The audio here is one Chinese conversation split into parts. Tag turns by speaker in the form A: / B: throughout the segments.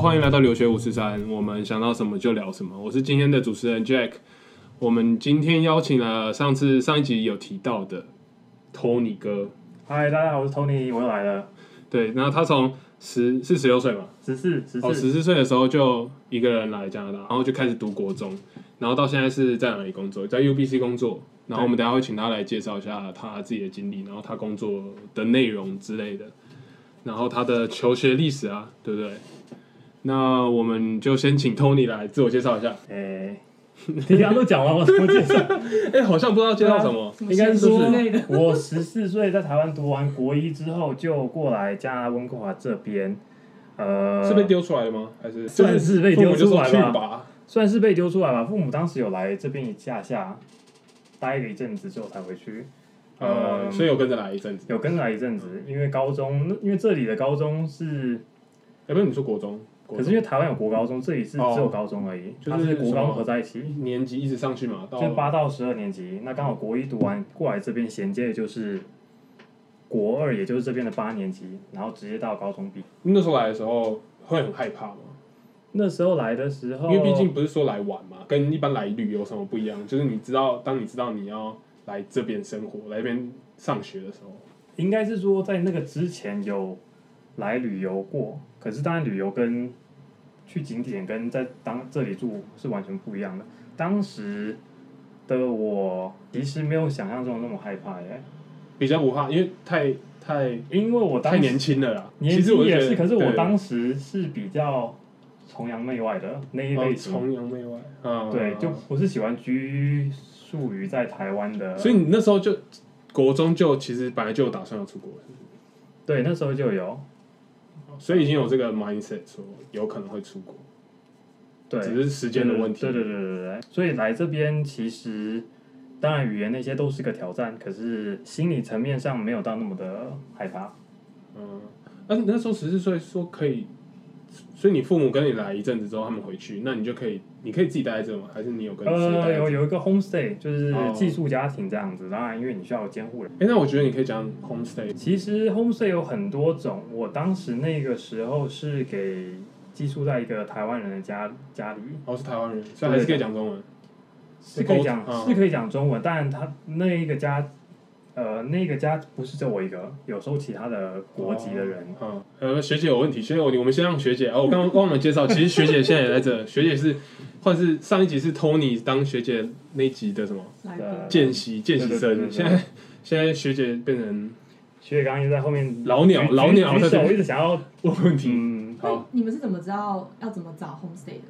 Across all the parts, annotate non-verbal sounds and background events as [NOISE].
A: 欢迎来到留学五十三，我们想到什么就聊什么。我是今天的主持人 Jack，我们今天邀请了上次上一集有提到的 Tony 哥，
B: 嗨，大家好，我是 Tony，我又来了，
A: 对，然后他从十是十六岁嘛，
B: 十四十
A: 哦，
B: 四，
A: 十四岁的时候就一个人来加拿大，然后就开始读国中，然后到现在是在哪里工作？在 UBC 工作。然后我们等一下会请他来介绍一下他自己的经历，然后他工作的内容之类的，然后他的求学历史啊，对不对？那我们就先请 Tony 来自我介绍一下。
B: 哎， [LAUGHS] 你刚刚都讲完，我怎么
A: [LAUGHS]
B: 介绍？
A: 哎，好像不知道介绍什么。
B: 应该是
C: 什么
B: 说
C: 闲书之类的，
B: 我十四岁在台湾读完国一之后，就过来加拿大温哥华这边，呃，
A: 是被丢出来的吗？还是
B: 嗯算是被丢出来吧
A: 父母就说去吧？
B: 算是被丢出来吧。父母当时有来这边一下下，待了一阵子之后才回去，
A: 呃，
B: 呃，
A: 所以有跟着来一阵子。
B: 有跟来一阵子，因为高中，因为这里的高中是，
A: 哎，不是你说国中，国
B: 可是因
A: 中
B: 为台湾有国高中，这里是只有高中而已，
A: 就是
B: 它是国
A: 什么
B: 高合在一起。
A: 年级一直上去嘛，到
B: 就八到十二年级，那刚好国一读完过来这边衔接的就是国二，也就是这边的八年级，然后直接到高中毕。
A: 那时候来的时候会很害怕吗？
B: 那时候来的时候，
A: 因为毕竟不是说来玩嘛，跟一般来旅游什么不一样，就是你知道，当你知道你要来这边生活、来这边上学的时候，
B: 应该是说在那个之前有来旅游过，可是当然旅游跟去景点跟在当这里住是完全不一样的。当时的我其实没有想象中的那么害怕耶，
A: 比较不怕，因为太太
B: 因为我当
A: 太
B: 时
A: 年轻了啦。
B: 年
A: 其实
B: 纪
A: 我就觉
B: 也
A: 得
B: 是，可是我
A: 对
B: 当时是比较崇洋媚外的那一
A: 哦
B: 类型。
A: 崇洋媚外，啊，
B: 对，就不是喜欢拘束于在台湾的，
A: 所以你那时候就国中就其实本来就有打算要出国，是不是
B: 对那时候就有，
A: 所以已经有这个 mindset 说有可能会出国，
B: 对，
A: 只是时间的问题。
B: 对对对对对对，所以来这边其实当然语言那些都是个挑战，可是心理层面上没有到那么的害怕。
A: 嗯，但是你那时候十四岁说可以，所以你父母跟你来一阵子之后，他们回去，那你就可以，你可以自己待在这吗？还是你有跟谁待
B: 呃，
A: 在这？
B: 有有一个 homestay 就是
A: 哦
B: 寄宿家庭这样子，当然因为你需要有监护人。
A: 哎、那我觉得你可以讲 homestay，
B: 其实 homestay 有很多种，我当时那个时候是给寄宿在一个台湾人的家家里，
A: 哦，是台湾人，所以还是可以讲中文。
B: 是可
A: 沟
B: 以
A: 通
B: 讲
A: 嗯
B: 是可以讲中文，但他那一个家，呃，那个家不是只有我一个，有时候其他的国籍的人，
A: 嗯，呃，学姐有问题，学姐有问题，我们先让学姐。哦，我刚刚忘了介绍，其实学姐现在也在这。学姐是，或者是上一集是 Tony 当学姐那一集的什么
C: 来
B: 呃
C: 吧，
A: 见习见习
B: 对对对
A: 生，
B: 对
A: 现在现在学姐变成
B: 学姐刚刚一直在后面
A: 老鸟
B: 举举
A: 老鸟
B: 举
A: 在这
B: 手
A: 边
B: 一直想要，
A: 问问题。
B: 嗯，
A: 好，
C: 你们是怎么知道要怎么找 homestay 的？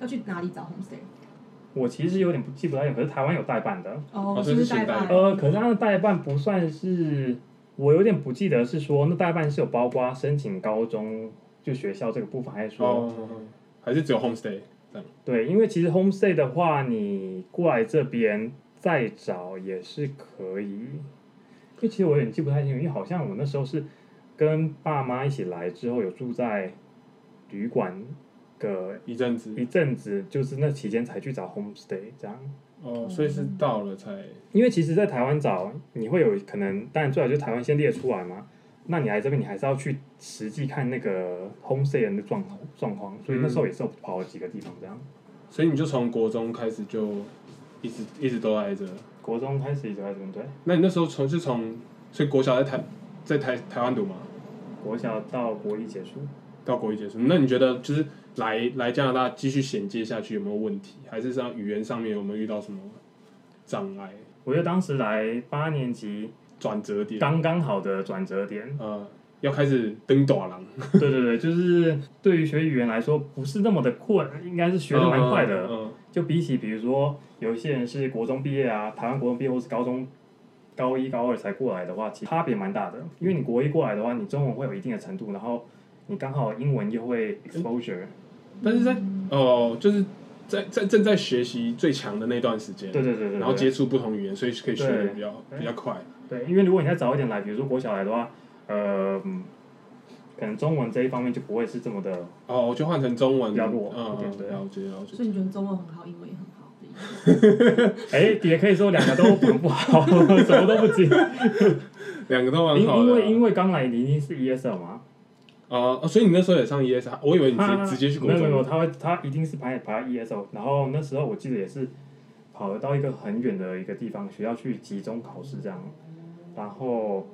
C: 要去哪里找 homestay？
B: 我其实有点不记不太清，可是台湾有代办的，
C: 哦，
A: 所以
C: 就是代
A: 现代
C: 办。
B: 呃，可是他的代办不算是，我有点不记得是说那代办是有包括申请高中就学校这个部分，还是说？
A: 哦，还是只有 homestay 这样。
B: 对，因为其实 homestay 的话，你过来这边再找也是可以。因为其实我有点记不太清楚，因为好像我那时候是跟爸妈一起来之后，有住在旅馆个
A: 一阵子
B: 一阵子，就是那期间才去找 homestay 这样。
A: 哦，所以是到了才
B: 因为其实，在台湾找你会有可能，当然最好就是台湾先列出来嘛。那你来这边，你还是要去实际看那个 homestay 人的状况状况，所以那时候也是有跑了几个地方这样。
A: 所以你就从国中开始就一直一直都来着。
B: 国中开始一直来这边对。
A: 那你那时候从是从，所以国小在台在台台湾读嘛，
B: 国小到国一结束，
A: 到国一结束。那你觉得就是来来加拿大继续衔接下去有没有问题？还是像语言上面有没有遇到什么障碍、
B: 我觉得当时来八年级
A: 转折点？。
B: 刚刚好的转折点 [LAUGHS]
A: 呃，要开始登短廊，
B: 对对对，就是对于学语言来说不是那么的困，应该是学的蛮快的。
A: 嗯，
B: 就比起比如说有一些人是国中毕业啊，台湾国中毕业或是高中高一高二才过来的话，其实差别蛮大的。因为你国一过来的话，你中文会有一定的程度，然后你刚好英文又会 exposure。
A: 嗯但是在哦、就是在在正在学习最强的那段时间，
B: 对对对对对。
A: 然后接触不同语言，所以可以学的比较
B: 对
A: 比较快。
B: 对，因为如果你再早一点来，比如说国小来的话，呃，嗯可能中文这一方面就不会是这么的
A: 哦，我就换成中文，
B: 比较弱
A: 嗯
B: 一点对
A: 嗯，了解了解。
C: 所以你觉得中文很好，英文也很好的意思？
B: [LAUGHS] 哎，也可以说两个都很不好， [LAUGHS] 什么都不精。
A: 两个都
B: 因
A: 很好
B: 因
A: 的啊，
B: 为因为刚来你一定是 ESL E 嘛，
A: 哦、哦所以你那时候也上 ES，我以为你直
B: 他
A: 接直接去国
B: 没有
A: 中。
B: 没有，他会他一定是排排 ESO，然后那时候我记得也是跑到一个很远的一个地方，学校去集中考试这样，然后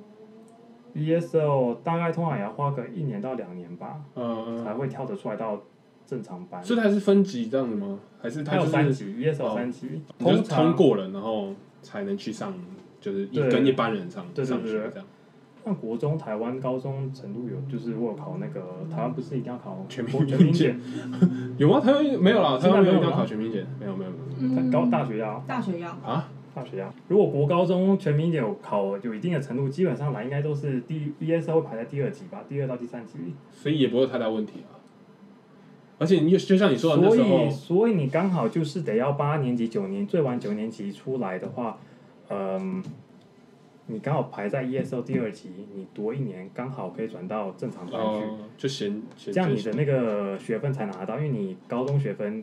B: ESO 大概通常也要花个一年到两年吧，
A: 嗯、
B: 才
A: 嗯
B: 会跳得出来到正常班。
A: 所以它是分级这样子吗？还是它
B: 它有
A: 就
B: 三
A: 是
B: 级，ESO
A: 哦
B: 三级，
A: 你就是
B: 通常
A: 通过了，然后才能去上，就是一
B: 对
A: 跟一般人上
B: 对对
A: 上
B: 对
A: 学
B: 对
A: 这样。
B: 像国中、台湾高中程度有，就是我有考那个台湾不是一定要考
A: 全
B: 国
A: 民
B: 全民
A: 运
B: 检，
A: 有啊吗？台湾没有啦，台
B: 现在
A: 湾没有一
B: 没有
A: 定要
B: 吗
A: 考全民检，没有没有没有
B: 它
C: 嗯，
B: 高大学要
C: 大学要
A: 啊？
B: 大学要。如果国高中全民检有考有一定的程度，基本上来应该都是第 ESO 会排在第二级吧，第二到第三级。
A: 所以也不会有太大问题啊。而且你就就像你说的那
B: 所
A: 时
B: 以
A: 候，
B: 所以你刚好就是得要八年级、九年最晚九年级出来的话，嗯。你刚好排在 ESO 第二级，你多一年刚好可以转到正常班去。
A: 哦，就嫌嫌
B: 这样你
A: 就
B: 的那个学分才拿得到，因为你高中学分，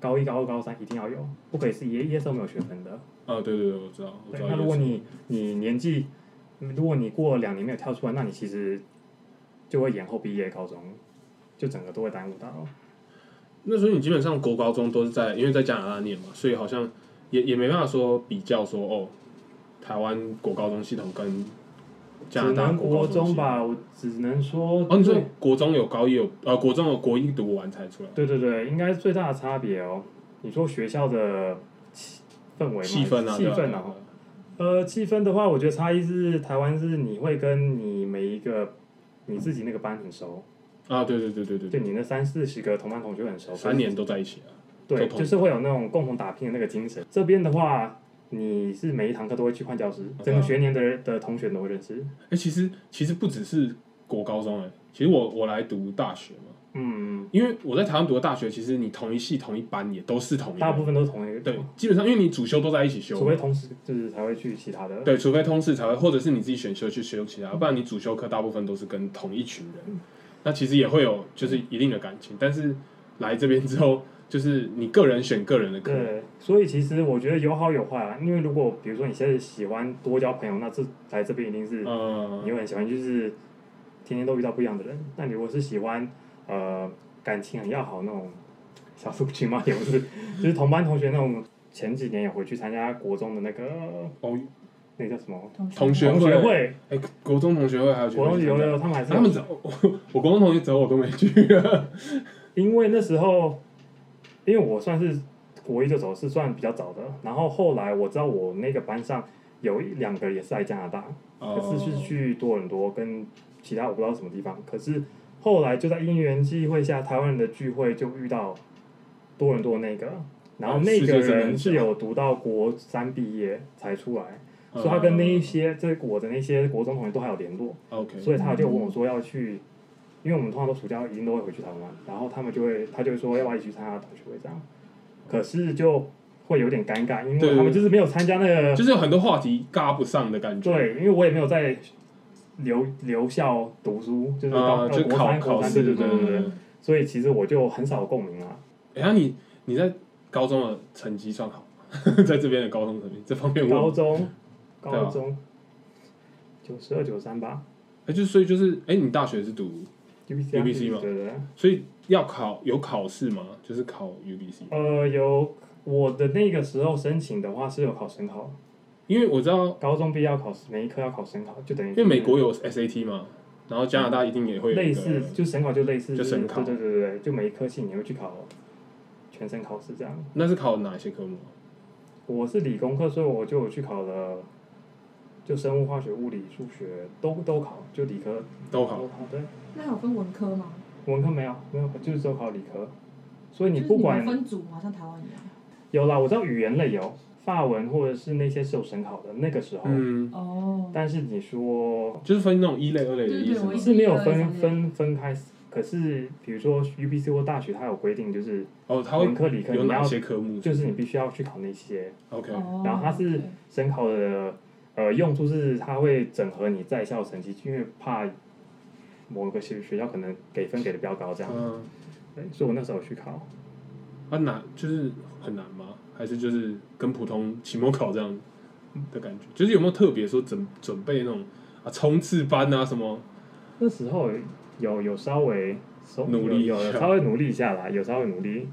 B: 高一、高二、高三一定要有，不可以是一一时候没有学分的。
A: 哦，对对对，我知道，我
B: 对
A: 知道。，
B: 那如果你你年纪，嗯如果你过了两年没有跳出来，那你其实就会延后毕业高中，就整个都会耽误到。
A: 哦那所以你基本上国高中都是在，因为在加拿大念嘛，所以好像也也没办法说比较说哦，台湾国高中系统跟加拿
B: 只
A: 大
B: 能
A: 国
B: 国
A: 高中系
B: 中
A: 统。
B: 吧，我只能说，
A: 哦，你说国中有高一有呃，国中有国一读完才出来，
B: 对对对，应该是最大的差别哦。你说学校的气氛围嘛
A: 气氛啊，
B: 气
A: 对
B: 氛
A: 啊
B: 啊，，呃，气氛的话，我觉得差异是台湾是你会跟你每一个你自己那个班很熟，
A: 啊，对对对对对
B: 就
A: 对，
B: 你那三四十个同班同学很熟，
A: 三年都在一起啊，
B: 对，
A: 都同
B: 就是会有那种共同打拼的那个精神。这边的话，你是每一堂课都会去换教室，整
A: 啊
B: 个学年的的同学都会认识。
A: 哎、其实其实不只是国高中哎、其实我我来读大学嘛，
B: 嗯，
A: 因为我在台湾读的大学，其实你同一系同一班也都是同一个
B: 大部分都是同一个，
A: 对，基本上因为你主修都在一起修
B: 除
A: 嘛，
B: 非同时就是才会去其他的。
A: 对，除非通识才会，或者是你自己选修去修其他，不然你主修课大部分都是跟同一群
B: 嗯
A: 人，那其实也会有就是一定的感情，但是来这边之后，就是你个人选个人的课，
B: 对，所以其实我觉得有好有坏啊。因为如果比如说你现在喜欢多交朋友，那这来这边一定是
A: 呃
B: 你，会很喜欢，就是天天都遇到不一样的人。那你如果是喜欢呃感情很要好那种小苏群嘛，也不是，就是同班同学那种。前几年也回去参加国中的那个
A: 哦，
B: 那个叫什么
A: 同学
B: 同
A: 会
B: 学会，
A: 哎、国中同学会还有
B: 国中有有有他们还是
A: 啊他们找我， [LAUGHS] 我国中同学找我都没去， [LAUGHS]
B: 因为那时候，因为我算是国一就走，是算比较早的。然后后来我知道我那个班上有一两个也是来加拿大，可是
A: 哦，
B: 是去多伦多跟其他我不知道什么地方，可是后来就在因缘际会下，台湾人的聚会就遇到多伦多那个，然后那
A: 啊世界
B: 个
A: 真的很
B: 人是
A: 小嗯
B: 有读到国三毕业才出来，所以他跟那一些在我的那些国中同学都还有联络，
A: 嗯 OK，
B: 所以他就问我说要去，因为我们通常都暑假一定都会回去台湾，然后他们就会他就会说要不要一起去参加同学会这样，可是就会有点尴尬，因
A: 对
B: 为他们就是没有参加那个
A: 就是有很多话题嘎不上的感觉。
B: 对，因为我也没有在留留校读书，就是到、
A: 呃，
B: 到
A: 就
B: 国
A: 考
B: 三、
A: 考
B: 国三，
A: 试，
B: 哦对对对对对，
C: 嗯
A: 对。
B: 所以其实我就很少有共鸣啊。
A: 哎，那你你在高中的成绩算好吗， [LAUGHS] 在这边的高中成绩这方面问
B: 高
A: 我，
B: 中，
A: 对啊
B: 高中，九十二、九三吧
A: 哎，就所以就是，哎，你大学是读，
B: ，UBC 啊
A: UBC 嘛
B: 对对对。
A: 所以要考有考试吗？就是考 UBC，
B: 呃，有我的那个时候申请的话是有考省考，
A: 因为我知道，
B: 高中必要考试，每一科要考省考，就等于
A: 因为美国有 SAT 嘛，然后加拿大一定也会有一
B: 嗯类
A: 个
B: 似，就省考就类似
A: 就是省考
B: 对对对对，就每一科系你会去考全省考试这样。
A: 那是考哪些科目？啊
B: 我是理工科，所以我就有去考了，就生物、化学、物理、数学都都考，就理科
A: 都
B: 都
A: 考。
B: 考。对，
C: 那有分文科吗？
B: 文科没有没有，就是都考理科。所以
C: 就
B: 你
C: 是
B: 不
C: 们
B: 管
C: 分组吗，像台湾一样。
B: 有啦，我知道语言类有法文或者是那些是有省考的那个时候，
A: 嗯，
C: 哦，
B: 但是你说
A: 就是分那种一类、二类的意思
C: 对对我
A: 吗
C: 一？
B: 是没有
C: 一类
B: 分
C: 二类
B: 分分开，可是比如说 UBC 或大学它有规定，就是
A: 哦，他
B: 文
A: 会
B: 科理科
A: 有
B: 你
A: 哪
B: 要
A: 些科目
B: 就是你必须要去考那些，
A: ？OK，
C: 哦
B: 然后它是
C: 对
B: 省考的呃用处是它会整合你在校成绩，因为怕某个学学校可能给分给的比较高这样，
A: 嗯，
B: 对所以我那时候有去考，
A: 啊难就是很难吗？还是就是跟普通期末考这样的感觉？就是有没有特别说准准备那种啊冲刺班啊什么？
B: 那时候有有稍微搜
A: 努力
B: 有有
A: 一下
B: 有稍微努力一下啦，有稍微努力。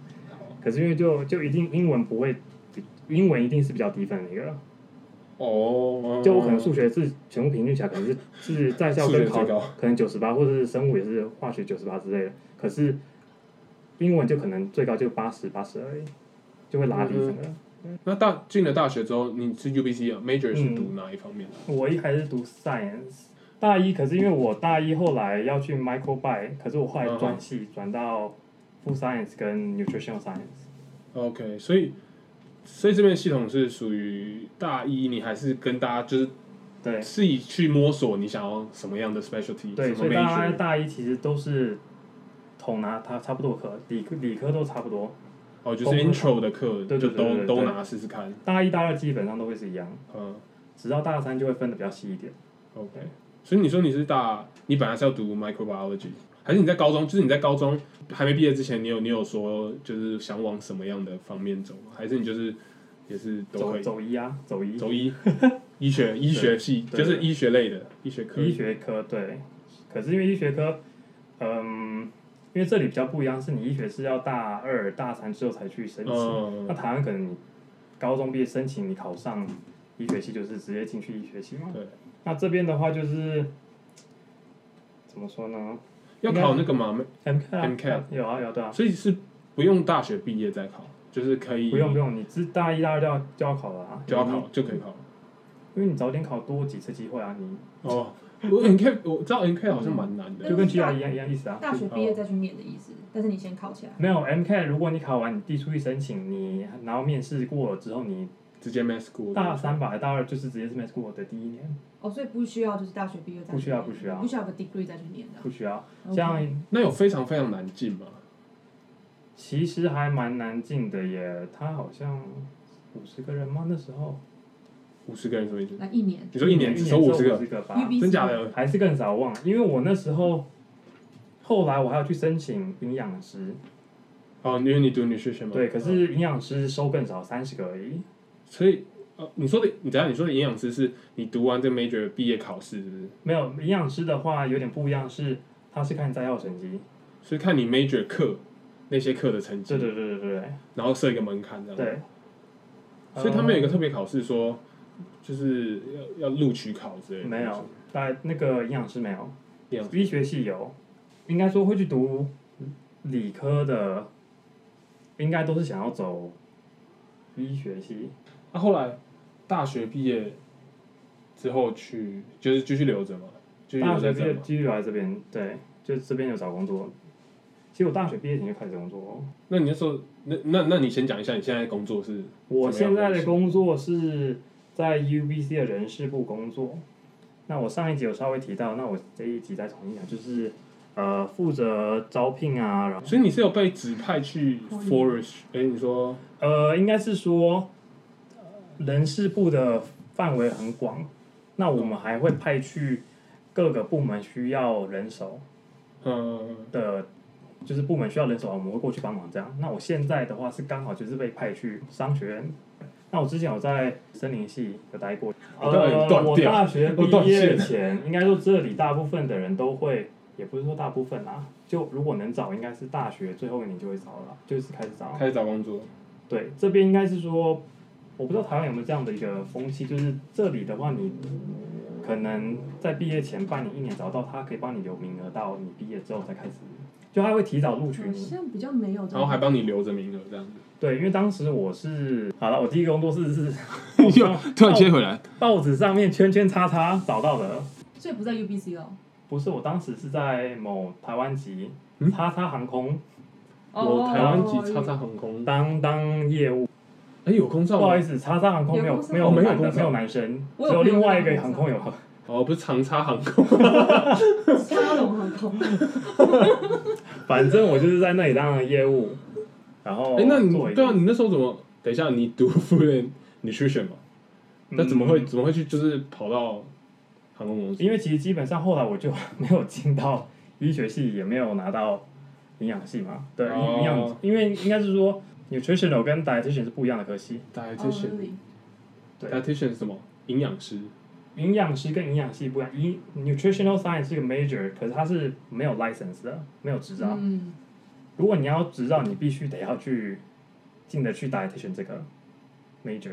B: 可是因为就就一定英文不会，英文一定是比较低分的一个。
A: 哦，
B: 就我可能数学是全部平均起来，可能是是在校跟
A: 数
B: 考
A: 学最高
B: 可能九十八，或者是生物也是化学九十八之类的。可是英文就可能最高就八十八十而已，就会拉低整
A: 嗯
B: 个。
A: 那大进了大学之后，你是 UBC 啊？Major
B: 嗯
A: 是读哪一方面的？啊
B: 我一开始读 science，大一可是因为我大一后来要去 micro bio，可是我后来
A: 嗯
B: 转系转到 food science 跟 nutritional science。
A: OK，所以所以这边系统是属于大一，你还是跟大家就是
B: 对
A: 自己去摸索你想要什么样的 specialty，
B: 对，
A: 什
B: 所
A: 么
B: 以大家
A: major，
B: 大一其实都是统拿它差不多的课，理科理科都差不多。
A: 哦，就是 intro 的课
B: 对对
A: 就
B: 对对
A: 都
B: 对
A: 都
B: 对
A: 拿试试看，
B: 大一、大二基本上都会是一样，
A: 嗯
B: 直到大三就会分的比较细一点。
A: ，OK。所以你说你是大，你本来是要读 microbiology，还是你在高中，就是你在高中还没毕业之前，你有你有说就是想往什么样的方面走吗？还是你就是也是都可
B: 走
A: 以？
B: 走医啊，走医，
A: 走医，医学医学系
B: [LAUGHS] 对
A: 就
B: 对
A: 是医学类的医学科。
B: 医学科对。可是因为医学科，嗯，因为这里比较不一样，是你医学是要大二、大三之后才去申请。
A: 嗯
B: 那，台湾可能你高中毕业申请，你考上医学系就是直接进去医学系嘛。
A: 对，
B: 那这边的话就是怎么说呢
A: 要考那个嘛，
B: ？M K
A: MCAT
B: 有啊有啊对啊，
A: 所以是不用大学毕业再考，就是可以
B: 不用不用，你自大一、大二就要就要考了啊，
A: E 就要考就可以考。
B: 因为你早点考多几次机会啊，你
A: 哦，我 NK 我知道 NK 好像蛮难的
C: 对
B: 就跟 GR 一样一样意思啊。
C: 大学毕业再去念的意思，但是你先考起来。
B: 没有 MK，如果你考完，你递出去申请，你然后面试过了之后，你
A: 直接 mass school
B: 大三吧，大二就是直接是 m a s c o 的第一年，
C: 哦，所以不需要就是大学毕业再去念
B: 不需要不需要
C: 不需要有个 degree 再去念的。
B: 不需要。
C: OK
B: 像
A: 那有非常非常难进吗？
B: 其实还蛮难进的耶，他好像五十个人吗？那时候
A: 五十个人什么意思？
C: 那一年
A: 你说一年只收五十个，
B: 50个吧，
C: UBC
A: 真假的？
B: 还是更少忘了，因为我那时候后来我还要去申请营养师，
A: 哦，因为你读 nutrition 嘛。
B: 对，可
A: 嗯
B: 是营养师收更少，三十个而已。
A: 所以呃，你说的，你等一下你说的营养师是你读完这 major 毕业考试是不是？
B: 没有营养师的话有点不一样，是他是看在校成绩，
A: 所以看你 major 课那些课的成绩
B: 对，对对对对
A: 然后设一个门槛这样。
B: 对。
A: 所以他们有一个特别考试说，就是要要录取考之类的。
B: 没有，大概那个营养师没有，
A: 营养
B: 医学系有，应该说会去读理科的，应该都是想要走医学系。
A: 那、啊后来大学毕业之后去，就是继续留着嘛，继续
B: 大
A: 留在
B: 学毕
A: 这
B: 业
A: 嘛。
B: 继续留在这边，对，就这边有找工作。其实我大学毕业前就开始工作哦，
A: 那你那时候，那那那你先讲一下你现在工作是
B: 我
A: 怎
B: 现
A: 么
B: 在
A: 样
B: 的工作是在 UBC 的人事部工作。那我上一集有稍微提到，那我这一集再重新讲，就是呃负责招聘啊，然后
A: 所以你是有被指派去
C: 嗯
A: Forest？哎、你说
B: 呃应该是说呃人事部的范围很广，那我们还会派去各个部门需要人手
A: 嗯
B: 的。就是部门需要人手，我们会过去帮忙这样。那我现在的话是刚好就是被派去商学院。那我之前有在森林系有待过，呃
A: 我到底哦断
B: 我
A: 掉
B: 大学
A: 我
B: 毕
A: 断线
B: 业
A: 了
B: 前，应该说这里大部分的人都会，也不是说大部分啦，就如果能找，应该是大学最后一年就会找了，就是开始找。
A: 开始找工
B: 嗯
A: 作，
B: 对，这边应该是说，我不知道台湾有没有这样的一个风气，就是这里的话，你可能在毕业前半年、一年找到，他可以帮你留名额，到你毕业之后再开始，就他会提早录取
C: 好
B: 你。
C: 像比较没有这
A: 然后还
C: 种。
A: 帮你留着名额这样
B: [LAUGHS]
A: 子。
B: 对，因为当时我是好了，我第一个工作
A: [LAUGHS]
B: 室是
A: 回来，
B: 报纸上面圈圈叉叉找到的。
C: 所以不在 UBC 哦。
B: 不是，我当时是在某台湾籍
A: 嗯
B: 叉叉航空
A: 我台湾籍
C: 哦
A: 叉叉航空，
B: 当当业务。
A: 哎、有空
B: 不
A: 少
B: 好意
A: 吗？
B: 思，叉叉航空没有
C: 有公司
B: 没有
A: 哦没有
B: 男的
A: 公司
B: 没有男生，只
C: 我有
B: 有
C: 朋友
B: 另外一
C: 在
B: 个
C: 公司
B: 航空有。
A: 哦，不是长沙航空，
C: 沙龙航空。
B: 反正我就是在那里当了业务，然后
A: 哎、那你
B: 哦做一嗯
A: 对啊，你那时候怎么？等一下，你读 Food and Nutrition 嘛？那怎么会、
B: 嗯
A: 怎么会去就是跑到航空公司？
B: 因为其实基本上后来我就没有进到医学系，也没有拿到营养系嘛。对，营
A: 哦
B: 营养，因为应该是说 nutritional 跟嗯 dietitian 是不一样的科系。
C: 哦
A: dietitian，dietitian
B: 对
A: 是什么？营养师
B: 营养师跟营养系不一样，营 nutritional science 是一个 major，可是它是没有 license 的，没有执照。
C: 嗯，
B: 如果你要执照，你必须得要去进得去 dietitian 这个 major，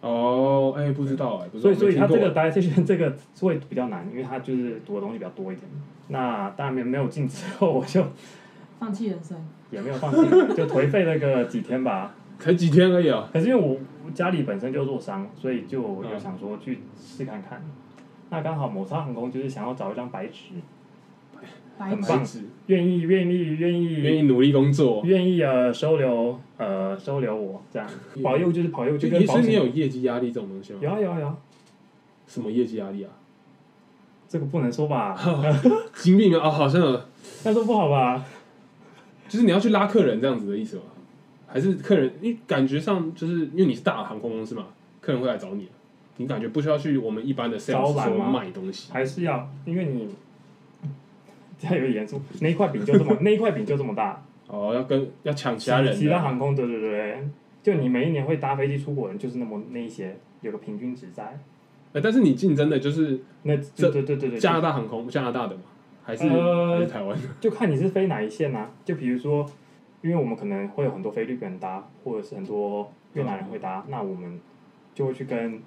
A: 哦，哎，不知道哎，不知
B: 所
A: 道，
B: 以所以
A: 没
B: 他
A: 听
B: 这
A: 过
B: 个 dietitian 这个会比较难，因为他就是读的东西比较多一点。那当然没没有进之后， [LAUGHS] 我就
C: 放弃人生，
B: 也没有放弃，就颓废了个几天吧。
A: 才几天而已啊。
B: 可是因为我我家里本身就做商，所以就
A: 嗯
B: 有想说去试看看。那刚好某艘航空就是想要找一张白纸，
C: 白
B: 很
C: 纸
B: 棒
A: 白纸
B: 愿意愿意愿
A: 愿意
B: 意
A: 努力工作，
B: 愿意呃收留呃收留我这样，跑业务就是跑业务，就
A: 嗯就
B: 跟
A: 所
B: 保
A: 以你
B: 险
A: 有业绩压力这种东西吗？
B: 有啊有啊有啊，
A: 什么业绩压力啊？
B: 这个不能说
A: [LAUGHS]
B: 吧，
A: 金币吗？哦，好像有，
B: 那说不好吧？
A: 就是你要去拉客人这样子的意思吗？还是客人？你感觉上就是因为你是大航空公司嘛，客人会来找你，你感觉不需要去我们一般的 sales
B: 招揽
A: 说
B: 吗
A: 卖东西。
B: 还是要因为你这样有点严肃，那一块饼就
A: [LAUGHS]
B: 这么那一块饼就这么大，
A: 哦，要跟要抢其他人的，
B: 其他航空对对对，就你每一年会搭飞机出国的人就是那么那一些，有个平均值在。
A: 呃但是你竞争的就是
B: 那
A: 这
B: 对对对对对，
A: 加拿大航空，加拿大的嘛，还是、
B: 呃
A: 还是台湾的？
B: 就看你是飞哪一线啊。就比如说，因为我们可能会有很多菲律宾人搭，或者是很多越南人会搭，那我们就会去跟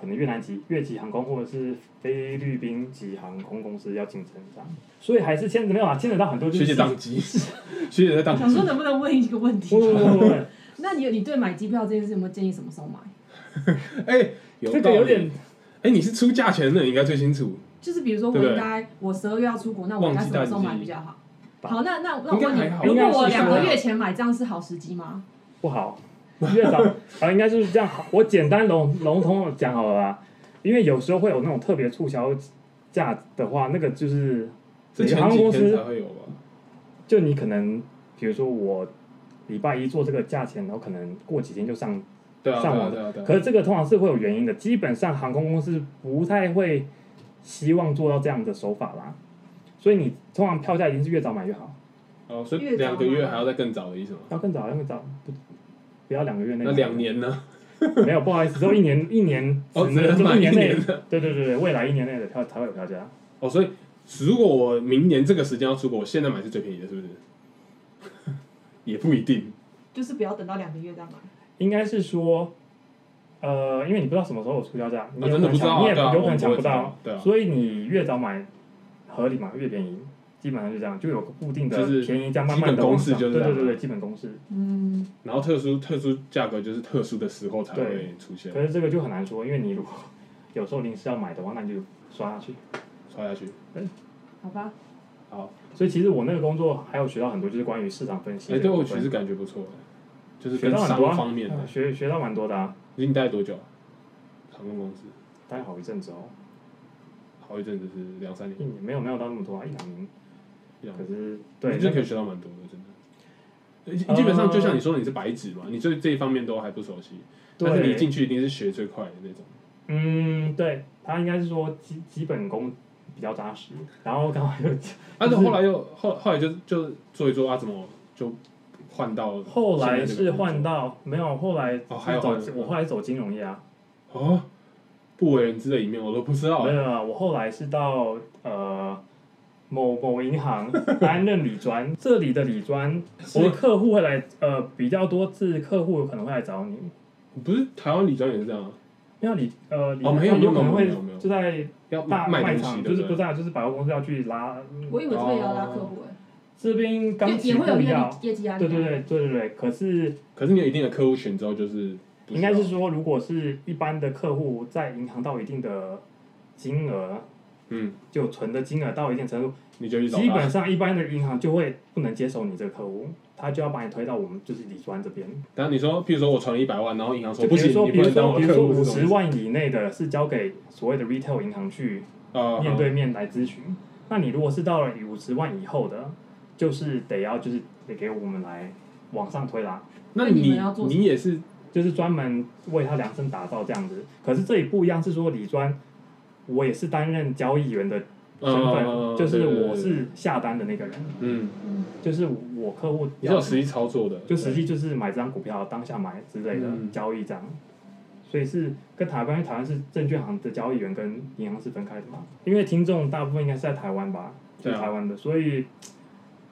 B: 可能越南籍、越籍航空或者是菲律宾籍航空公司要竞争这样。所以还是牵扯没有啊，牵扯到很多就
A: 学
B: 是
A: 姐宕机， [LAUGHS] 学姐在宕
C: 想说
A: 机。
C: 能不能问一个问
B: 不
C: 题？
B: 不不不不，
C: 那你有你对买机票这件事有没有建议什么时候买？
A: 哎、有
B: 这
A: 道
B: 个
A: 理
B: 有点
A: 哎、你是出价钱的，你应该最清楚。
C: 就是比如说我
A: 对不对
C: 应该我十二月要出国，那我应该什么时候买比较好？
B: 吧
C: 好，那那那
A: 应
C: 我
A: 该
C: 问你
A: 还好，
C: 如
B: 应该是
C: 果我两个
A: 说
C: 月前买，这样是好时机吗？
B: 不好，越早啊，应该就是这样。我简单笼笼统地讲好了啦，因为有时候会有那种特别促销价的话，那个就是
A: 这前
B: 航空
A: 几
B: 公司
A: 天才会有吧？
B: 就你可能，比如说我礼拜一做这个价钱，然后可能过几天就上，
A: 对啊，对
B: 上
A: 啊，
B: 网
A: 对啊，对啊。
B: 可是这个通常是会有原因的。基本上航空公司不太会希望做到这样的手法啦，所以你通常票价一定是越早买越好，
A: 哦，所以
C: 越早
A: 两个月
C: 买
A: 还要再更早的意思吗？
B: 要更早，要更早，不不要两个月内。
A: 那两年呢？
B: 没有，不好意思，只有一年，一年
A: 哦，
B: 只
A: 只能
B: 就
A: 买
B: 是
A: 一
B: 年内
A: 年。的。
B: 对对对对，未来一年内的票才会有票价。
A: 哦，所以如果我明年这个时间要出国，我现在买是最便宜的，是不是？ [LAUGHS] 也不一定。
C: 就是不要等到两个月再买。
B: 应该是说，呃，因为你不知道什么时候有促销价，你
A: 那
B: 有可
A: 真的
B: 能
A: 不知道
B: 抢，你
A: 啊，
B: 也
A: 对啊，
B: 有可
A: 我
B: 能
A: 们不
B: 抢
A: 会
B: 不
A: 知
B: 到，
A: 道，对啊。
B: 所以你越早买合理嘛，越便宜，基本上就这样，就有个固定的
A: 就是
B: 便宜价，慢慢
A: 基
B: 的
A: 本公式就是这
B: 对
A: 样
B: 对对对，基本公式。
C: 嗯，
A: 然后特殊特殊价格就是特殊的时候才会出现，
B: 可是这个就很难说，因为你如果有时候临时要买的话，那你就刷下去。
A: 刷下去。
C: 好吧，
A: 好，
B: 所以其实我那个工作还有学到很多，就是关于市场分析
A: 哎，
B: 这个
A: 对
B: 部
A: 我
B: 分。
A: 其实感觉不错，欸就是
B: 学
A: 跟
B: 到很多啊
A: 商方面的
B: 嗯。学学到蛮多的啊，
A: 你待了多久啊？航空公司
B: 待好一阵子哦，
A: 好一阵子是两三
B: 一
A: 年，
B: 年没有没有到那么多啊，一两年。
A: 一两
B: 可
A: 年，
B: 是
A: 我
B: 对，
A: 觉得啊可以学到蛮多的，真的。呃基本上就像你说，你是白纸嘛，你对这一方面都还不熟悉，但是你
B: 对，
A: 进去一定是学最快的那种。
B: 嗯，对，他应该是说基基本功比较扎实，然后
A: [LAUGHS]
B: 刚好又
A: 但是后来又后后来就就做一做啊，怎么就换到
B: 后来
A: 现在这
B: 是
A: 个工作
B: 换到没有，后来
A: 哦还有
B: 是走
A: 换的
B: 我后来走金融业啊，
A: 哦，不为人知的一面我都不知道
B: 没。有，我后来是到呃某某
A: [LAUGHS]
B: 银行担任理专，这里的理专
A: 我
B: 是客户会来，呃比较多次客户有可能会来找你，
A: 不是台湾理专也是这样啊，
B: 因为理呃理
A: 哦没有
B: 他们有可
A: 没
B: 能
A: 有
B: 会
A: 没有没有
B: 就在
A: 要
B: 大
A: 卖卖
B: 卖
A: 东西
B: 场，
A: 对
B: 就是
A: 不
B: 不
A: 对？
B: 是啊就是百货公司要去拉，嗯
C: 我以为这个也要拉客户哎、
B: 这边刚
C: 也
B: 起
C: 也
B: 步
C: 会有业
B: 要
C: 力。业绩压
B: 对
C: 力啊。
B: 对对对对对，可是
A: 可是你有一定的客户群之后，就是不需
B: 应
A: 要
B: 该是说，如果是一般的客户在银行到一定的金额，
A: 嗯，
B: 就存的金额到一定程度，
A: 你就去找
B: 基
A: 他
B: 本上一般的银行就会不能接受你这个客户，他就要把你推到我们就是理专这边。
A: 然后你说，譬如说我存了一百万，然后银行说
B: 就
A: 不
B: 比如
A: 行，
B: 说，
A: 你
B: 比
A: 不
B: 如
A: 能当
B: 说，
A: 我
B: 比如
A: 客
B: 说
A: 户
B: 五
A: 这种
B: 十万以内的是交给所谓的 retail 银行去
A: 啊，
B: 面
A: 好
B: 对面来咨询。那你如果是到了五十万以后的，就是得要就是得给我们来往上推啦。
A: 那
C: 那你
A: 你
C: 们要做什么
A: 你也是
B: 就是专门为他量身打造这样子。可是这里不一样，是说理专，我也是担任交易员的身份，
A: 呃，
B: 啊就是
A: 对对对
B: 我是下单的那个人，
A: 嗯，
C: 嗯，
B: 就是我客户
A: 你是有
B: 要
A: 实际操作的，
B: 就实际就是买这张股票当下买之类的、
A: 嗯
B: 交易这样。所以是跟台湾，因为台湾是证券行的交易员跟银行是分开的嘛。因为听众大部分应该是在台湾吧，就
A: 对
B: 是
A: 啊
B: 台湾的，所以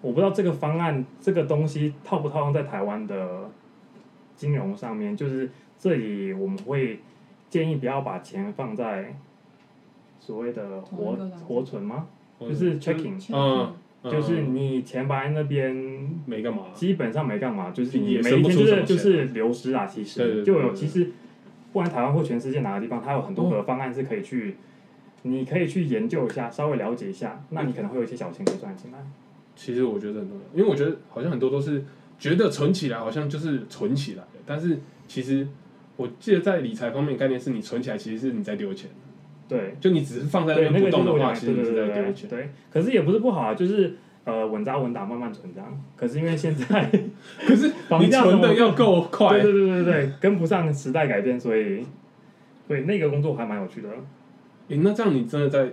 B: 我不知道这个方案这个东西套不套用在台湾的金融上面。就是这里我们会建议不要把钱放在所谓的活
C: 同一个港
B: 活存吗？就是
A: 确
B: checking，
A: 嗯，
B: 就是你钱摆在那边
A: 没干嘛，啊
B: 基本上没干嘛，就是你
A: 也
B: 每
A: 生
B: 一
A: 不
B: 天
A: 出
B: 就
A: 什
B: 是
A: 么
B: 就
A: 钱
B: 是流失啊，其
A: 对对
B: 实
A: 对
B: 就
A: 对
B: 有
A: 对
B: 其实，不管台湾或全世界哪个地方，它有很多个方案是可以去，你可以去研究一下，稍微了解一下，那你可能会有一些小钱可以赚进来。
A: 其实我觉得很重要，因为我觉得好像很多都是觉得存起来好像就是存起来了，但是其实我记得在理财方面概念是你存起来其实是你在丢钱，
B: 对，
A: 就你只是放在
B: 对，
A: 那
B: 那
A: 边
B: 个
A: 不
B: 就是
A: 动
B: 我
A: 的
B: 讲
A: 话，
B: 的，
A: 其
B: 对
A: 实你
B: 对
A: 是在
B: 对对
A: 丢
B: 对
A: 钱。
B: 对，可是也不是不好啊，就是呃稳扎稳打，慢慢存这样。可是因为现
A: [LAUGHS]
B: 在
A: 可是
B: 房
A: 你
B: 价
A: 存
B: 什么
A: 的要够
B: 对
A: 快
B: 对，对对对，跟不上时代改变，所以对那个工作还蛮有趣的，
A: 诶那这样你真的在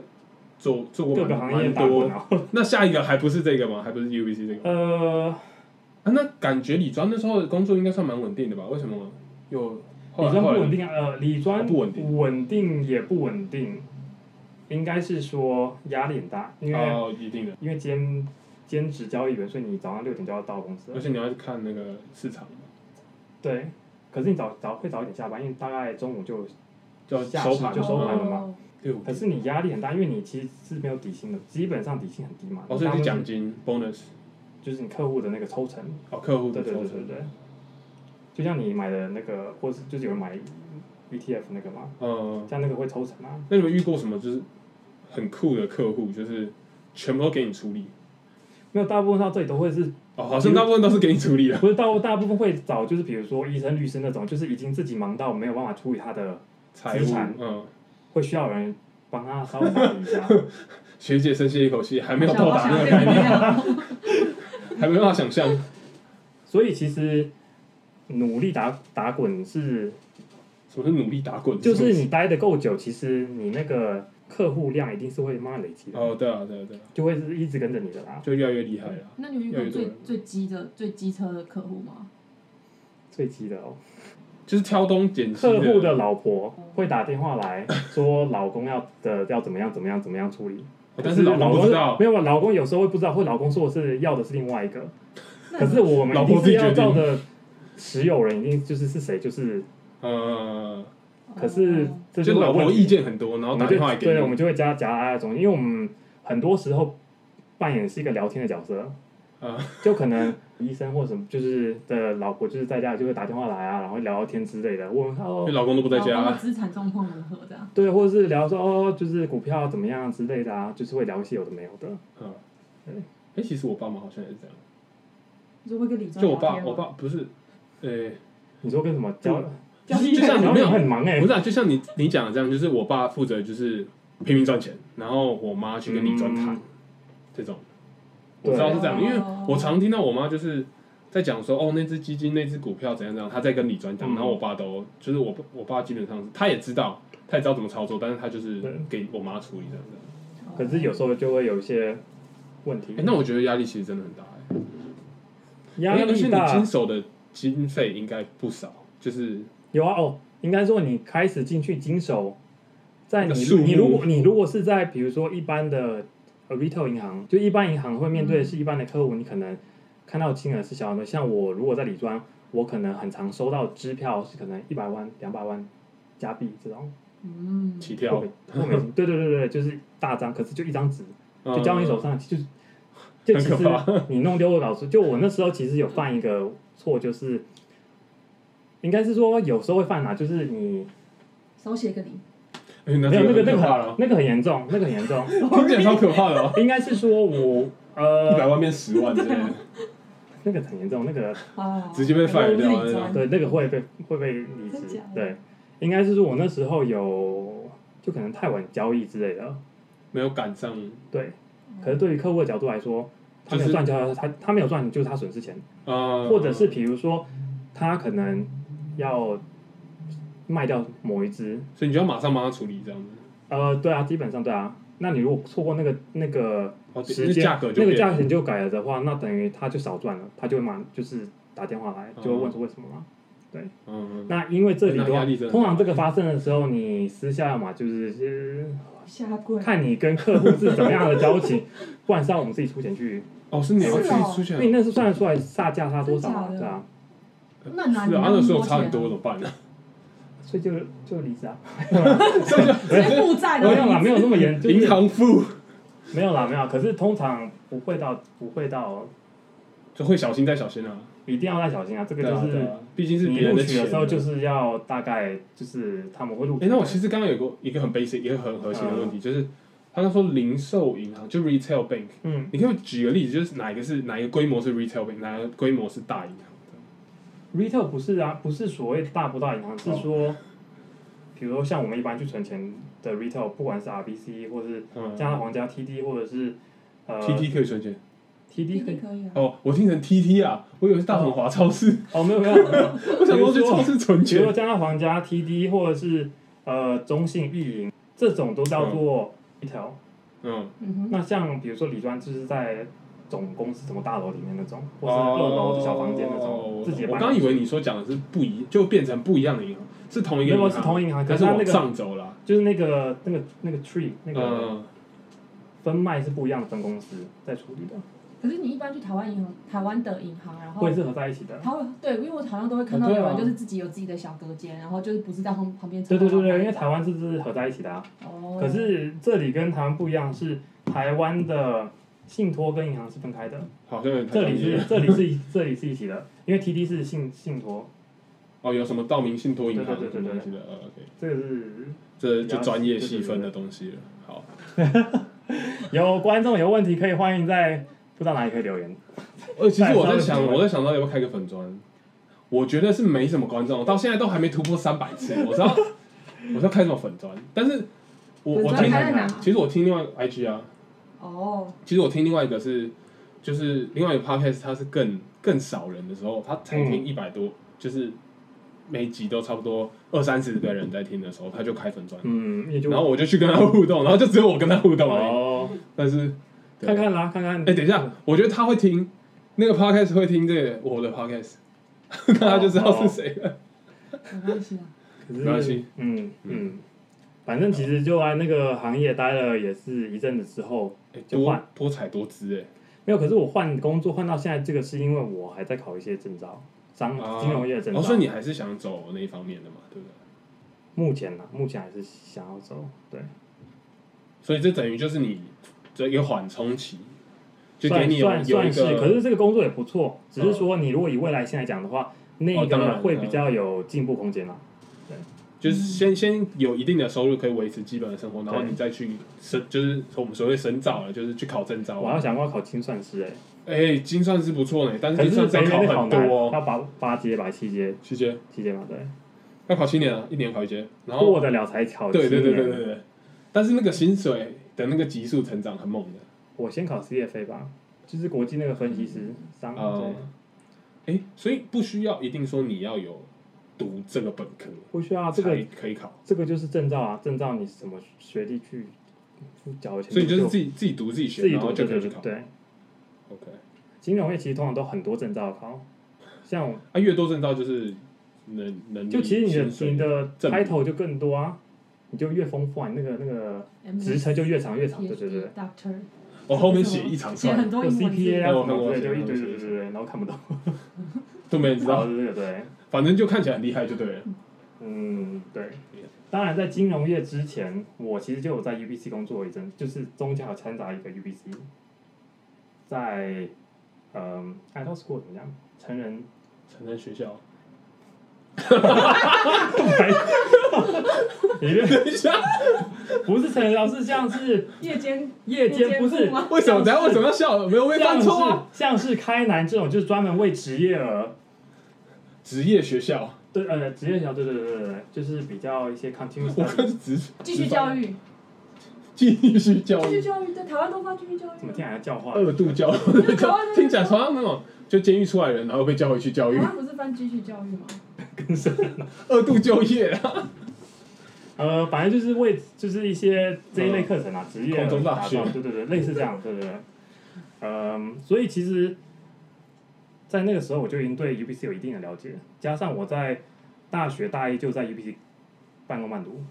A: 做做过
B: 各个
A: 蛮
B: 行业
A: 蛮
B: 打滚
A: 多。
B: 啊。
A: 那下一个还不是这个吗？还不是 UBC 这个吗？
B: 呃，
A: 啊，那感觉李专那时候的工作应该算蛮稳定的吧？为什么又后
B: 理
A: 来
B: 专不
A: 后来
B: 稳定啊，呃，理专
A: 不稳定
B: 稳定也不稳定，应该是说压力很大，因为、
A: 哦，一定的，
B: 因为兼兼职交易员，所以你早上六点就要到公司
A: 而，且你要去看那个市场，
B: 对。可是你早早会早一点下班，因为大概中午就，
A: 就要
B: 下
A: 收
B: 市
A: 盘
B: 就收盘了嘛
C: 哦
A: 六点
B: 可是你压力很大，因为你其实是没有底薪的，基本上底薪很低嘛。
A: 哦，
B: 你
A: 所以
B: 大部
A: 是
B: 分
A: 奖金 bonus
B: 就是你客户的那个抽成，
A: 哦，客户
B: 对对
A: 的
B: 对
A: 抽
B: 对
A: 成，
B: 对。就像你买的那个，或是就是有人买 ETF 那个嘛，
A: 嗯，
B: 像那个会抽成啊，
A: 那你们遇过什么就是很酷的客户，就是全部都给你处理？
B: 没有大部分到这里都会是
A: 哦，好像大部分都是给你处理
B: [LAUGHS]
A: 的。
B: 不是大大部分会找，就是比如说医生、律师那种，就是已经自己忙到没有办法处理他的，
A: 财
B: 资
A: 务
B: 产，
A: 嗯，
B: 会需要有人帮他稍微打理
A: [LAUGHS]
B: 一下。
A: 学姐深吸一口气，还没有
C: 我想
A: 到
C: 我
A: 达
C: 想
A: 那个
C: 这
A: 概念，
C: 样
A: 还没办法想象。
B: 所以其实努力打打滚是，
A: 什么是努力打滚？
B: 就是你待的够久，其实你那个客户量一定是会慢慢累积的，
A: 哦，对啊，对啊，对啊，
B: 就会是一直跟着你的啦。
A: 就越来越厉害了。
C: 那你有遇
A: 有
C: 过
A: 一
C: 最
A: 种人
C: 最机的、最机车的客户吗？
B: 最急的哦，
A: 就是挑东拣西
B: 客户的老婆会打电话
A: [LAUGHS]
B: 来说老公要的要怎么样怎么样怎么样处理，
A: 哦但是老公
B: 公
A: 不知道
B: 没，有，老公有时候会不知道，或老公说的是要的是另外一个。
C: 那
B: 可是我们
A: 老
B: 一
A: 婆
B: 定
A: 自己
B: 是要
A: 决定
B: 照着持有人，一定就是是谁，就是
A: 嗯，
B: 可是
C: 哦
B: 这
A: 就老
B: 我
A: 婆
B: 们
A: 意见很多，然
B: 我
A: 后
B: 们
A: 打
B: 就
A: 电话来给
B: 对，我
A: 你，
B: 们就会加夹杂在中间，因为我们很多时候扮演是一个聊天的角色，
A: 嗯，
B: 就可能医生或什么就是的老婆就是在家就会打电话来啊，然后聊聊天之类的，问
A: 因
B: 哦
A: 为老公都不在
C: 老公的
A: 家，啊
C: 资产状况如何？这样
B: 对，或者是聊说哦就是股票怎么样之类的啊，就是会聊一些有的没有的，
A: 嗯
B: 对，
A: 哎，其实我爸妈好像也是这样。
C: 你就会跟李专
A: 就我
C: 聊
A: 爸，
C: 嗯天吗
A: 我爸不是，呃、
B: 你说跟什么交？
A: 就
B: 交
A: 是
B: 易
A: 就像你
B: [LAUGHS] 然后
A: 没有
B: 很忙哎、
A: 不是啊，就像你你讲的这样，就是我爸负责就是拼命赚钱，然后我妈去跟你转谈、
B: 嗯
A: 这种，我
B: 对
A: 知道是这样，因为
C: 哦
A: 我常听到我妈就是在讲说，哦，那只基金、那只股票怎样怎样，她在跟李专讲，
B: 嗯
A: 然后我爸都就是我我爸基本上是他也知道，他也知道怎么操作，但是他就是
B: 对
A: 给我妈处理这样子。
C: 哦
B: 可是有时候就会有一些问题。
A: 哎、那我觉得压力其实真的很大、欸，
B: 压
A: 而且
B: 力
A: 你经
B: 大
A: 手的经费应该不少，就是
B: 有啊哦，应该说你开始进去经手，在
A: 那
B: 你
A: 个数目
B: 你如果你如果是在比如说一般的呃 retail 银行，就一般银行会面对
A: 嗯
B: 的是一般的客户，你可能看到金额是小的，像我如果在理专，我可能很常收到支票是可能一百万、两百万加币这种，
C: 嗯，
A: 起
B: 或
A: 跳
B: 美，或
A: [LAUGHS]
B: 美金，对对对对，就是大张，可是就一张纸，就交你手上，就是
A: 嗯
B: 就
A: 很
B: 其
A: 可
B: 实
A: 怕
B: 你弄丢了老师，就我那时候其实有犯一个错，就是应该是说有时候会犯哪，就是你
C: 手写个零，
A: 嗯，哎那
B: 没有那
A: 这
B: 个
A: 个
B: 那个
A: 很可怕
B: 很
A: 了，
B: 那个很严重，那个很严重，
A: 听起来超可怕的哦。
B: [LAUGHS] 应该是说我
A: 一百
B: 呃
A: 万变十
B: [LAUGHS]
A: 万之类的，
B: 那个很严重，那个
C: 哦，
A: 直接被 fire 掉
C: 我是
A: 那
C: 李
A: 种
C: 专。
B: 对那个
C: 哦
B: 会被会被离
C: 真
B: 职
C: 假，的
B: 对，应该是说我那时候有就可能太晚交易之类的，
A: 没有赶上，
B: 对，可是对于客户的角度来说，他没
A: 就
B: 有
A: 是
B: 赚交易，他他没有赚就是他损失钱。
A: 呃，
B: 或者是比如说他可能要卖掉某一只，
A: 所以你就要马上帮他处理这样子，
B: 呃，对啊，基本上对啊。那你如果错过那个那个
A: 哦，对
B: 时
A: 那
B: 间，
A: 价格就
B: 那个
A: 变
B: 价钱就改了的话，那等于他就少赚了，他就会马就是打电话来，就会问说为什么嘛。
A: 嗯，
B: 那因为这
A: 哦
B: 里
A: 那
B: 的话
A: 压力真的，很
B: 通常这个发生的时候，你私下嘛就是
C: 下
B: 呃
C: 跪，
B: 看你跟客户是怎么样的交
C: [LAUGHS]
B: 情，不然是要我们自己出钱去，
A: 哦，是你要
C: 是
A: 自
C: 哦
A: 己出
B: 因
A: 钱啊
B: 为你那是算得出来差价差多少嘛，
C: 真假的
B: 对啊，
C: 那哪
A: 是
C: 里
A: 啊，
C: 能
A: 那时候
C: 多
A: 差
C: 钱
A: 很
C: 啊
A: 多怎么办呢？
B: 所以就就离职啊，
C: 直接啊负债
B: 没
C: 的
B: 有啦，没有那
A: [LAUGHS]
B: 么严， [LAUGHS] 就是
A: 银行付
B: 没有啦，没有啦，可是通常不会到不会到，
A: 就会小心再小心啊，
B: 一定要再小心啊，这个
A: 对
B: 就
A: 啊，对
B: 是
A: 啊毕竟是
B: 你
A: 别人
B: 录
A: 的
B: 取
A: 钱
B: 的
A: 啊。
B: 时候就是要大概就是他们会录取
A: 哎、
B: 的，
A: 那我其实刚刚有个一个很 basic 也很核心的问题，就是他刚说零售银行就 retail bank，
B: 嗯，
A: 你可以举个例子，就是哪一个是哪一个规模是 retail bank，哪个规模是大银行
B: retail 不是啊，不是所谓大不大银行，是
A: 哦
B: 说，比如说像我们一般去存钱的 retail，不管是 RBC 或是
A: 的？嗯
B: 加拿大皇家 TD 或者是呃
A: ，TT 可以存钱
B: TD 可以
C: 可以啊，
A: 哦，我听成 TT 啊，我以为是大统华超市，
B: 哦没有没有，
A: [LAUGHS] 我想说去超市存
B: 比如
A: 钱
B: 说。加拿大皇家 TD 或者是呃中信运营这种都叫做 retail、
A: 嗯，
C: 嗯哼，
B: 那像比如说李专就是在总公司什么大楼里面那种，或是二楼的小房间那种、
A: 哦
B: 自己的
A: 我
B: 办
A: 刚刚
B: 公
A: 以
B: 室
A: 为你说讲的是不一，就变成不一样的银行，是同一个银
B: 没有
A: 行，
B: 是同一银行，可
A: 但
B: 是
A: 是
B: 它那
A: 往
B: 个
A: 上走了。
B: 就是那个那个那个 tree 那个。
A: 嗯，
B: 分卖是不一样的分公司在处理的，
C: 可是你一般去台湾银行，台湾的银行，然后
B: 会是合在一起的。
C: 他会对，因为我好像都会看
A: 啊
C: 到
A: 对啊
C: 有人就是自己有自己的小隔间，然后就是不是在旁旁边。
B: 对对对对，因为台湾是是合在一起的啊。
C: 哦，
B: 可是这里跟台湾不一样，是台湾的信托跟银行是分开的，
A: 好像有点太
B: 这里
A: 专业了
B: 是这里是这里是一起的，因为 TD 是信信托，
A: 哦，有什么道明信托银行
B: 对
A: 什
B: 对对
A: 么
B: 对
A: 东西的呃，OK，
B: 这个是
A: 这就专业细分的东西了。好，
B: 有观众有问题可以欢迎在不知道哪里可以留言。
A: 呃，其实我在
B: 再稍
A: 想，
B: 微
A: 我在想到底要不要开个粉砖，我觉得是没什么观众，到现在都还没突破三百次，我知道，我知道开什么粉砖，但是我我
C: 粉
B: 专
A: 听
C: 砖
B: 开，
C: 开在哪？
A: 其实我听另外一个 IG 啊，
C: 哦，
A: 其实我听另外一个是，就是另外一个 podcast，它是更更少人的时候，他才
B: 嗯
A: 听一百多，就是每集都差不多二三十个人在听的时候，他就开粉砖，
B: 嗯，也就
A: 然后我就去跟他互动，然后就只有我跟他互动而已，
B: 哦，
A: 但是对
B: 看看啦，看看。
A: 哎、等一下，我觉得他会听那个 podcast，会听这个我的 podcast，大家就知
B: 哦
A: 道是谁了。
C: 没关系啊。
B: 可
A: 没关系
B: 是，嗯嗯，反正其实就在那个行业待了也是一阵子之后，
A: 哎
B: 就
A: 多
B: 换
A: 多彩多姿哎、
B: 没有。可是我换工作换到现在这个，是因为我还在考一些证照，商
A: 啊
B: 金融业的证
A: 哦，所以
B: 照。
A: 你还是想走那一方面的嘛，对不对？
B: 目前呢，目前还是想要走，对，
A: 所以这等于就是你这一个缓冲期，就给
B: 算
A: 你有
B: 算
A: 有一
B: 算是。可
A: 个
B: 是这个工作也不错，只是说你如果以未来线来讲的话，那
A: 哦当然
B: 个会比较有进步空间啦。
A: 就是先先有一定的收入可以维持基本的生活，然后
B: 嗯对
A: 你再去深就是我们所谓深造了，就是去考证照
B: 我
A: 啊。
B: 还想过要考精算师哎，
A: 哎、精算是不错呢，但是
B: 可
A: 精
B: 是
A: 算
B: 北
A: 要
B: 美那
A: 考
B: 好
A: 很多
B: 难，
A: 哦，
B: 要八八阶吧，七阶，
A: 七阶
B: 七阶嘛，对，
A: 要考七年啊，一年考一阶，然后
B: 过得了才考七
A: 对对
B: 年。
A: 对对对对。但是那个薪水的那个急速成长很猛的。
B: 我先考 CFA 吧，就是国际那个分析师商。
A: 哦
B: 对，
A: 哎、所以不需要一定说你要有读这个本科，
B: 不需要这
A: 才
B: 个，
A: 可以考。
B: 这个就是证照啊，证照你什么学历去去缴的钱，
A: 所以就是自己自己读自己学，
B: 自己
A: 然后
B: 读
A: 就
B: 对
A: 可以
B: 对
A: 去
B: 对
A: 考。
B: 对，
A: OK，
B: 金融业其实通常都很多证照考，像我
A: 啊，越多证照就是能能力
B: 就其实你
A: 薪
B: 的
A: 水
B: 你的
A: 证
B: title 就更多啊，你就越丰富啊，你那个那个
C: 嗯
B: 职称就越长越长，对对对。
C: Doctor，
A: 我哦后面写一长
C: 写很
A: 串，
C: 多
B: 有
C: 英文字
A: 对
B: CPA 啊什
A: 我看
B: 么
A: 过
B: 之类，就一
A: 我
B: 堆
A: 看
B: 对
A: 过
B: 对对对，然后看不懂，
A: 都没人知
B: 然后
A: 道，
B: 对对对，
A: 反正就看起来很厉害就对了。
B: 嗯对。当然，在金融业之前，我其实就有在 UBC 工作一阵，就是中间有掺杂一个 UBC，在嗯 adult school 怎么讲？成
A: [LAUGHS]
B: 人
A: 成人学校， [LAUGHS]
B: 里面
A: 等一下，
B: 不是成人老师，像是
C: 夜间
B: 夜间不是
C: 部吗？
A: 为什么？等一下为什么要笑？没有被
B: 像
A: 犯
B: 是
A: 错啊！
B: 像是开南这种，就是专门为职业而
A: 职业学校，
B: 对呃职业小对对对对对，就是比较一些 continuous
A: 我看
B: study
A: 是职
C: 继续教育，
A: [LAUGHS] 继续教
C: 继
A: 育
C: 续，教育，在台湾都发继续教育
B: 怎么听起来教化？
A: 二度教育，
C: 啊。台湾
A: [LAUGHS] 听起来好像那种就监狱出来的人，然后被叫回去教育
C: 台，湾不是翻继续教育吗？
A: 二度就业啊。
B: 呃，反正就是为就是一些这一类课程啊，职业
A: 空中大
B: 打造 [LAUGHS]
A: 学
B: 对对对，类似这样，对对对。嗯，所以其实在那个时候我就已经对 UBC 有一定的了解，加上我在大学大一就在 UBC 半工半读，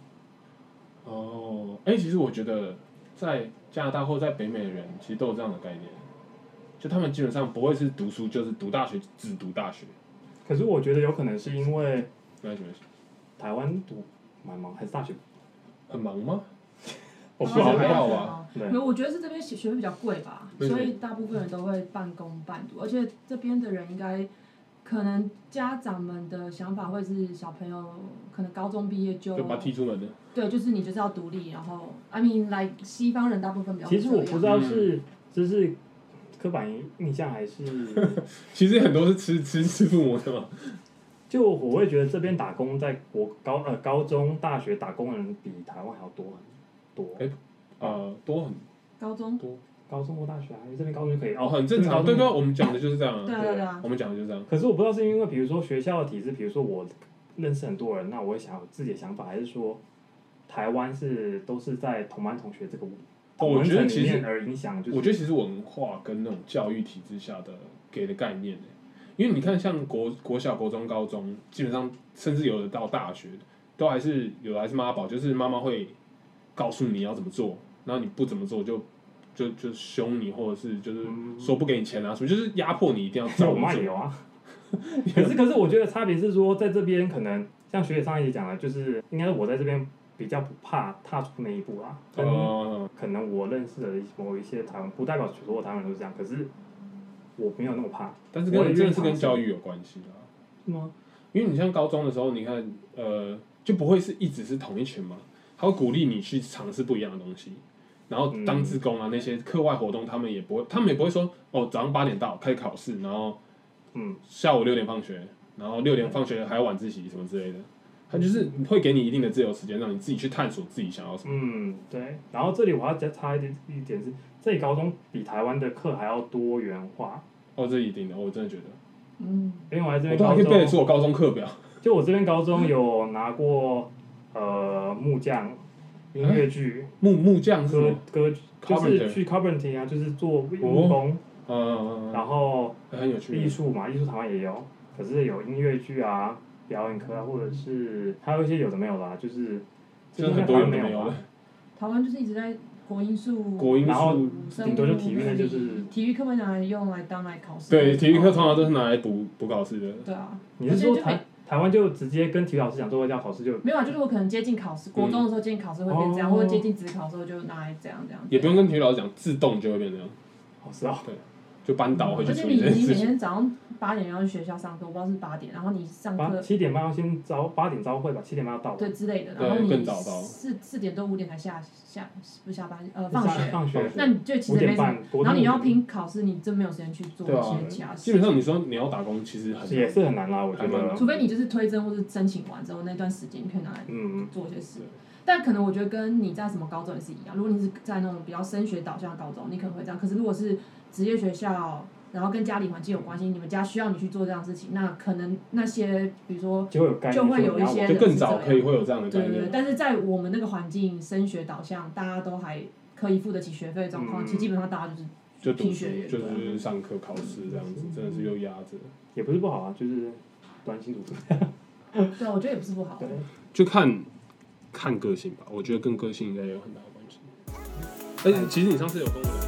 A: 哦，哎、其实我觉得在加拿大或在北美的人，其实都有这样的概念，就他们基本上不会是读书，就是读大学只读大学，
B: 可是我觉得有可能是因为
A: 没关系没关系，
B: 台湾读蛮忙，还是大学，
A: 很忙吗？
B: 我不
A: 是
B: 知道
A: 还
B: 还
A: 好
B: 好，
A: 啊
B: 对
C: 哦没有，我觉得是这边学学费比较贵吧，
A: 为什
C: 所
A: 么
C: 以大部分人都会半工半读，而且这边的人应该可能家长们的想法会是小朋友可能高中毕业就
A: 就把他踢出门了。
C: 对，就是你就是要独立，然后 I mean like 西方人大部分比较
B: 其实我
C: 这
B: 不
C: 样
B: 知道是这是刻板印象还是。
A: 其实很多是吃吃吃父母的嘛，
B: 就我会觉得这边打工在国高呃高中大学打工的人比台湾还要多很多。
A: 哎呃，多很
C: 高中
A: 多，
B: 高中或大学啊，因为这边高中就可以
A: 哦，
B: 哦，
A: 很正常，
B: 这
A: 对
B: 边
A: 对，
B: 高
A: 我们讲的就是这样
C: 对
A: 啊，
C: 啊对啊对啊，
A: 我们讲的就是这样，
B: 中。可是我不知道是因为比如说学校的体制，比如说我认识很多人，那我也想有自己的想法，还是说台湾是都是在同班同学这个同
A: 我
B: 文
A: 觉得
B: 层
A: 其
B: 里
A: 实
B: 面而影响，就是
A: 我觉得其实文化跟那种教育体制下的给的概念呢、因为你看像国国小、国中、高中，基本上甚至有的到大学，都还是有的还是妈宝，就是妈妈会告诉你要怎么做，然后你不怎么做就就就凶你，或者是就是
B: [LAUGHS]
A: 说不给你钱啊，什么就是压迫你一定要照
B: 嗯我妈也
A: 做
B: 有啊。可是可是，我觉得差别是说，在这边可能像学姐上一集讲的，就是应该是我在这边比较不怕踏出那一步啊，跟
A: 呃，
B: 可能我认识的一某一些台湾，不代表所有台湾人都是这样，可是我没有那么怕，
A: 但是
B: 我也
A: 跟真
B: 愿
A: 的
B: 意
A: 是跟
B: 尝试
A: 教育有关系的啊、
B: 是吗？
A: 因为你像高中的时候，你看，呃，就不会是一直是同一群嘛，他会鼓励你去尝试不一样的东西，然后当志工啊、那些课外活动，他们也不会，他们也不会说哦，早上八点到开始考试，然后
B: 嗯，
A: 下午六点放学，然后六点放学还有晚自习什么之类的，他就是嗯会给你一定的自由时间，让你自己去探索自己想要什么。
B: 嗯，对。然后这里我要再插一点一点是，这里高中比台湾的课还要多元化，
A: 哦，这一定的，我真的觉得，
C: 嗯，
B: 因为我在这
A: 我都还哦
B: 边高
A: 可以背得
B: 中，
A: 出我高中课表。
B: 就我这边高中有拿过呃木匠、音乐剧、
A: 木木匠啊是哦
B: 歌
A: 吗？
B: 歌，就
A: Carpenter
B: 是去 carpentry 啊，就是做木工，
A: 嗯嗯嗯
B: 然后
A: 嗯，很有趣。
B: 艺术嘛，艺术台湾也有，可是有音乐剧啊、表演课啊，或者是还有一些有的没有的、啊，就是
A: 就是
B: 在
A: 很
B: 台
A: 多人
B: 湾
A: 都
B: 没
A: 没有
B: 嘛
A: 了，，
C: 台湾就是一直在国音数、
A: 国音
B: 然后
A: 数
C: 生物
B: 顶多就体育那就是
C: 体育课会拿来用来当来考试，
A: 对，体育课通常都是拿来补补考试的。
C: 对啊，
B: 你是说
C: 而且就
B: 台台湾就直接跟体育老师讲做外教考试就
C: 没有啊，就是我可能接近考
A: 嗯
C: 试，国中的时候接近考试会变这样，
B: 哦
C: 或者接近职考的时候就拿来这样这样。
A: 也不用跟体育老师讲，自动就会变这样，
B: 好吃哦，
A: 就班导会去
C: 而且
A: 处
C: 你
A: 理这件
C: 你每
A: 事情。
C: 天早上八点要去学校上课，我不知道是八点，然后你上
B: 八
C: 课
B: 七点半要先招八点招会吧，七点半要到吧，
C: 对之类的，
A: 对
C: 然后
A: 更
C: 你
A: 早到
C: 四四点多五点才下下不下班呃
B: 下
C: 放学，
B: 放学
A: 放学
C: 那你就其
B: 五
C: 实
B: 点
C: 没什么，
B: 半，国
C: 然后
B: 中
C: 你要
B: 五点
C: 拼考试，你真没有时间去做
A: 对啊
C: 一些其他事
A: 基本上啊你说你要打工，其实很
B: 也
A: 难。
B: 是很难啦，我觉
A: 还蛮
B: 得
A: 难，
C: 除非你就是推甄或是申请完之后那段时间，你可以拿来
B: 嗯，
C: 做一些事
A: 对。
C: 但可能我觉得跟你在什么高中也是一样，如果你是在那种比较升学导向的高中，你可能会这样。可是如果是职业学校，然后跟家里环境有关系，你们家需要你去做这样的事情，那可能那些比如说
B: 就会有概念
C: 就会
B: 说
C: 有
B: 你要
C: 一些
A: 就更早可以会有这样的
C: 对
A: 概
C: 对对，
A: 念。
C: 但是在我们那个环境升学导向，大家都还可以付得起学费的状况，
B: 嗯
C: 其实基本上大家就是
A: 就读
C: 拼
A: 书
C: 学业，，
A: 就
C: 对啊
A: 是上课考试这样子，真的是又压着。
B: 也不是不好啊，就是短信组
C: 对啊，我觉得也不是不好
B: 对。，
A: 就看哎看个性吧，我觉得跟个性应该有很大的关系。而且其实你上次有跟我。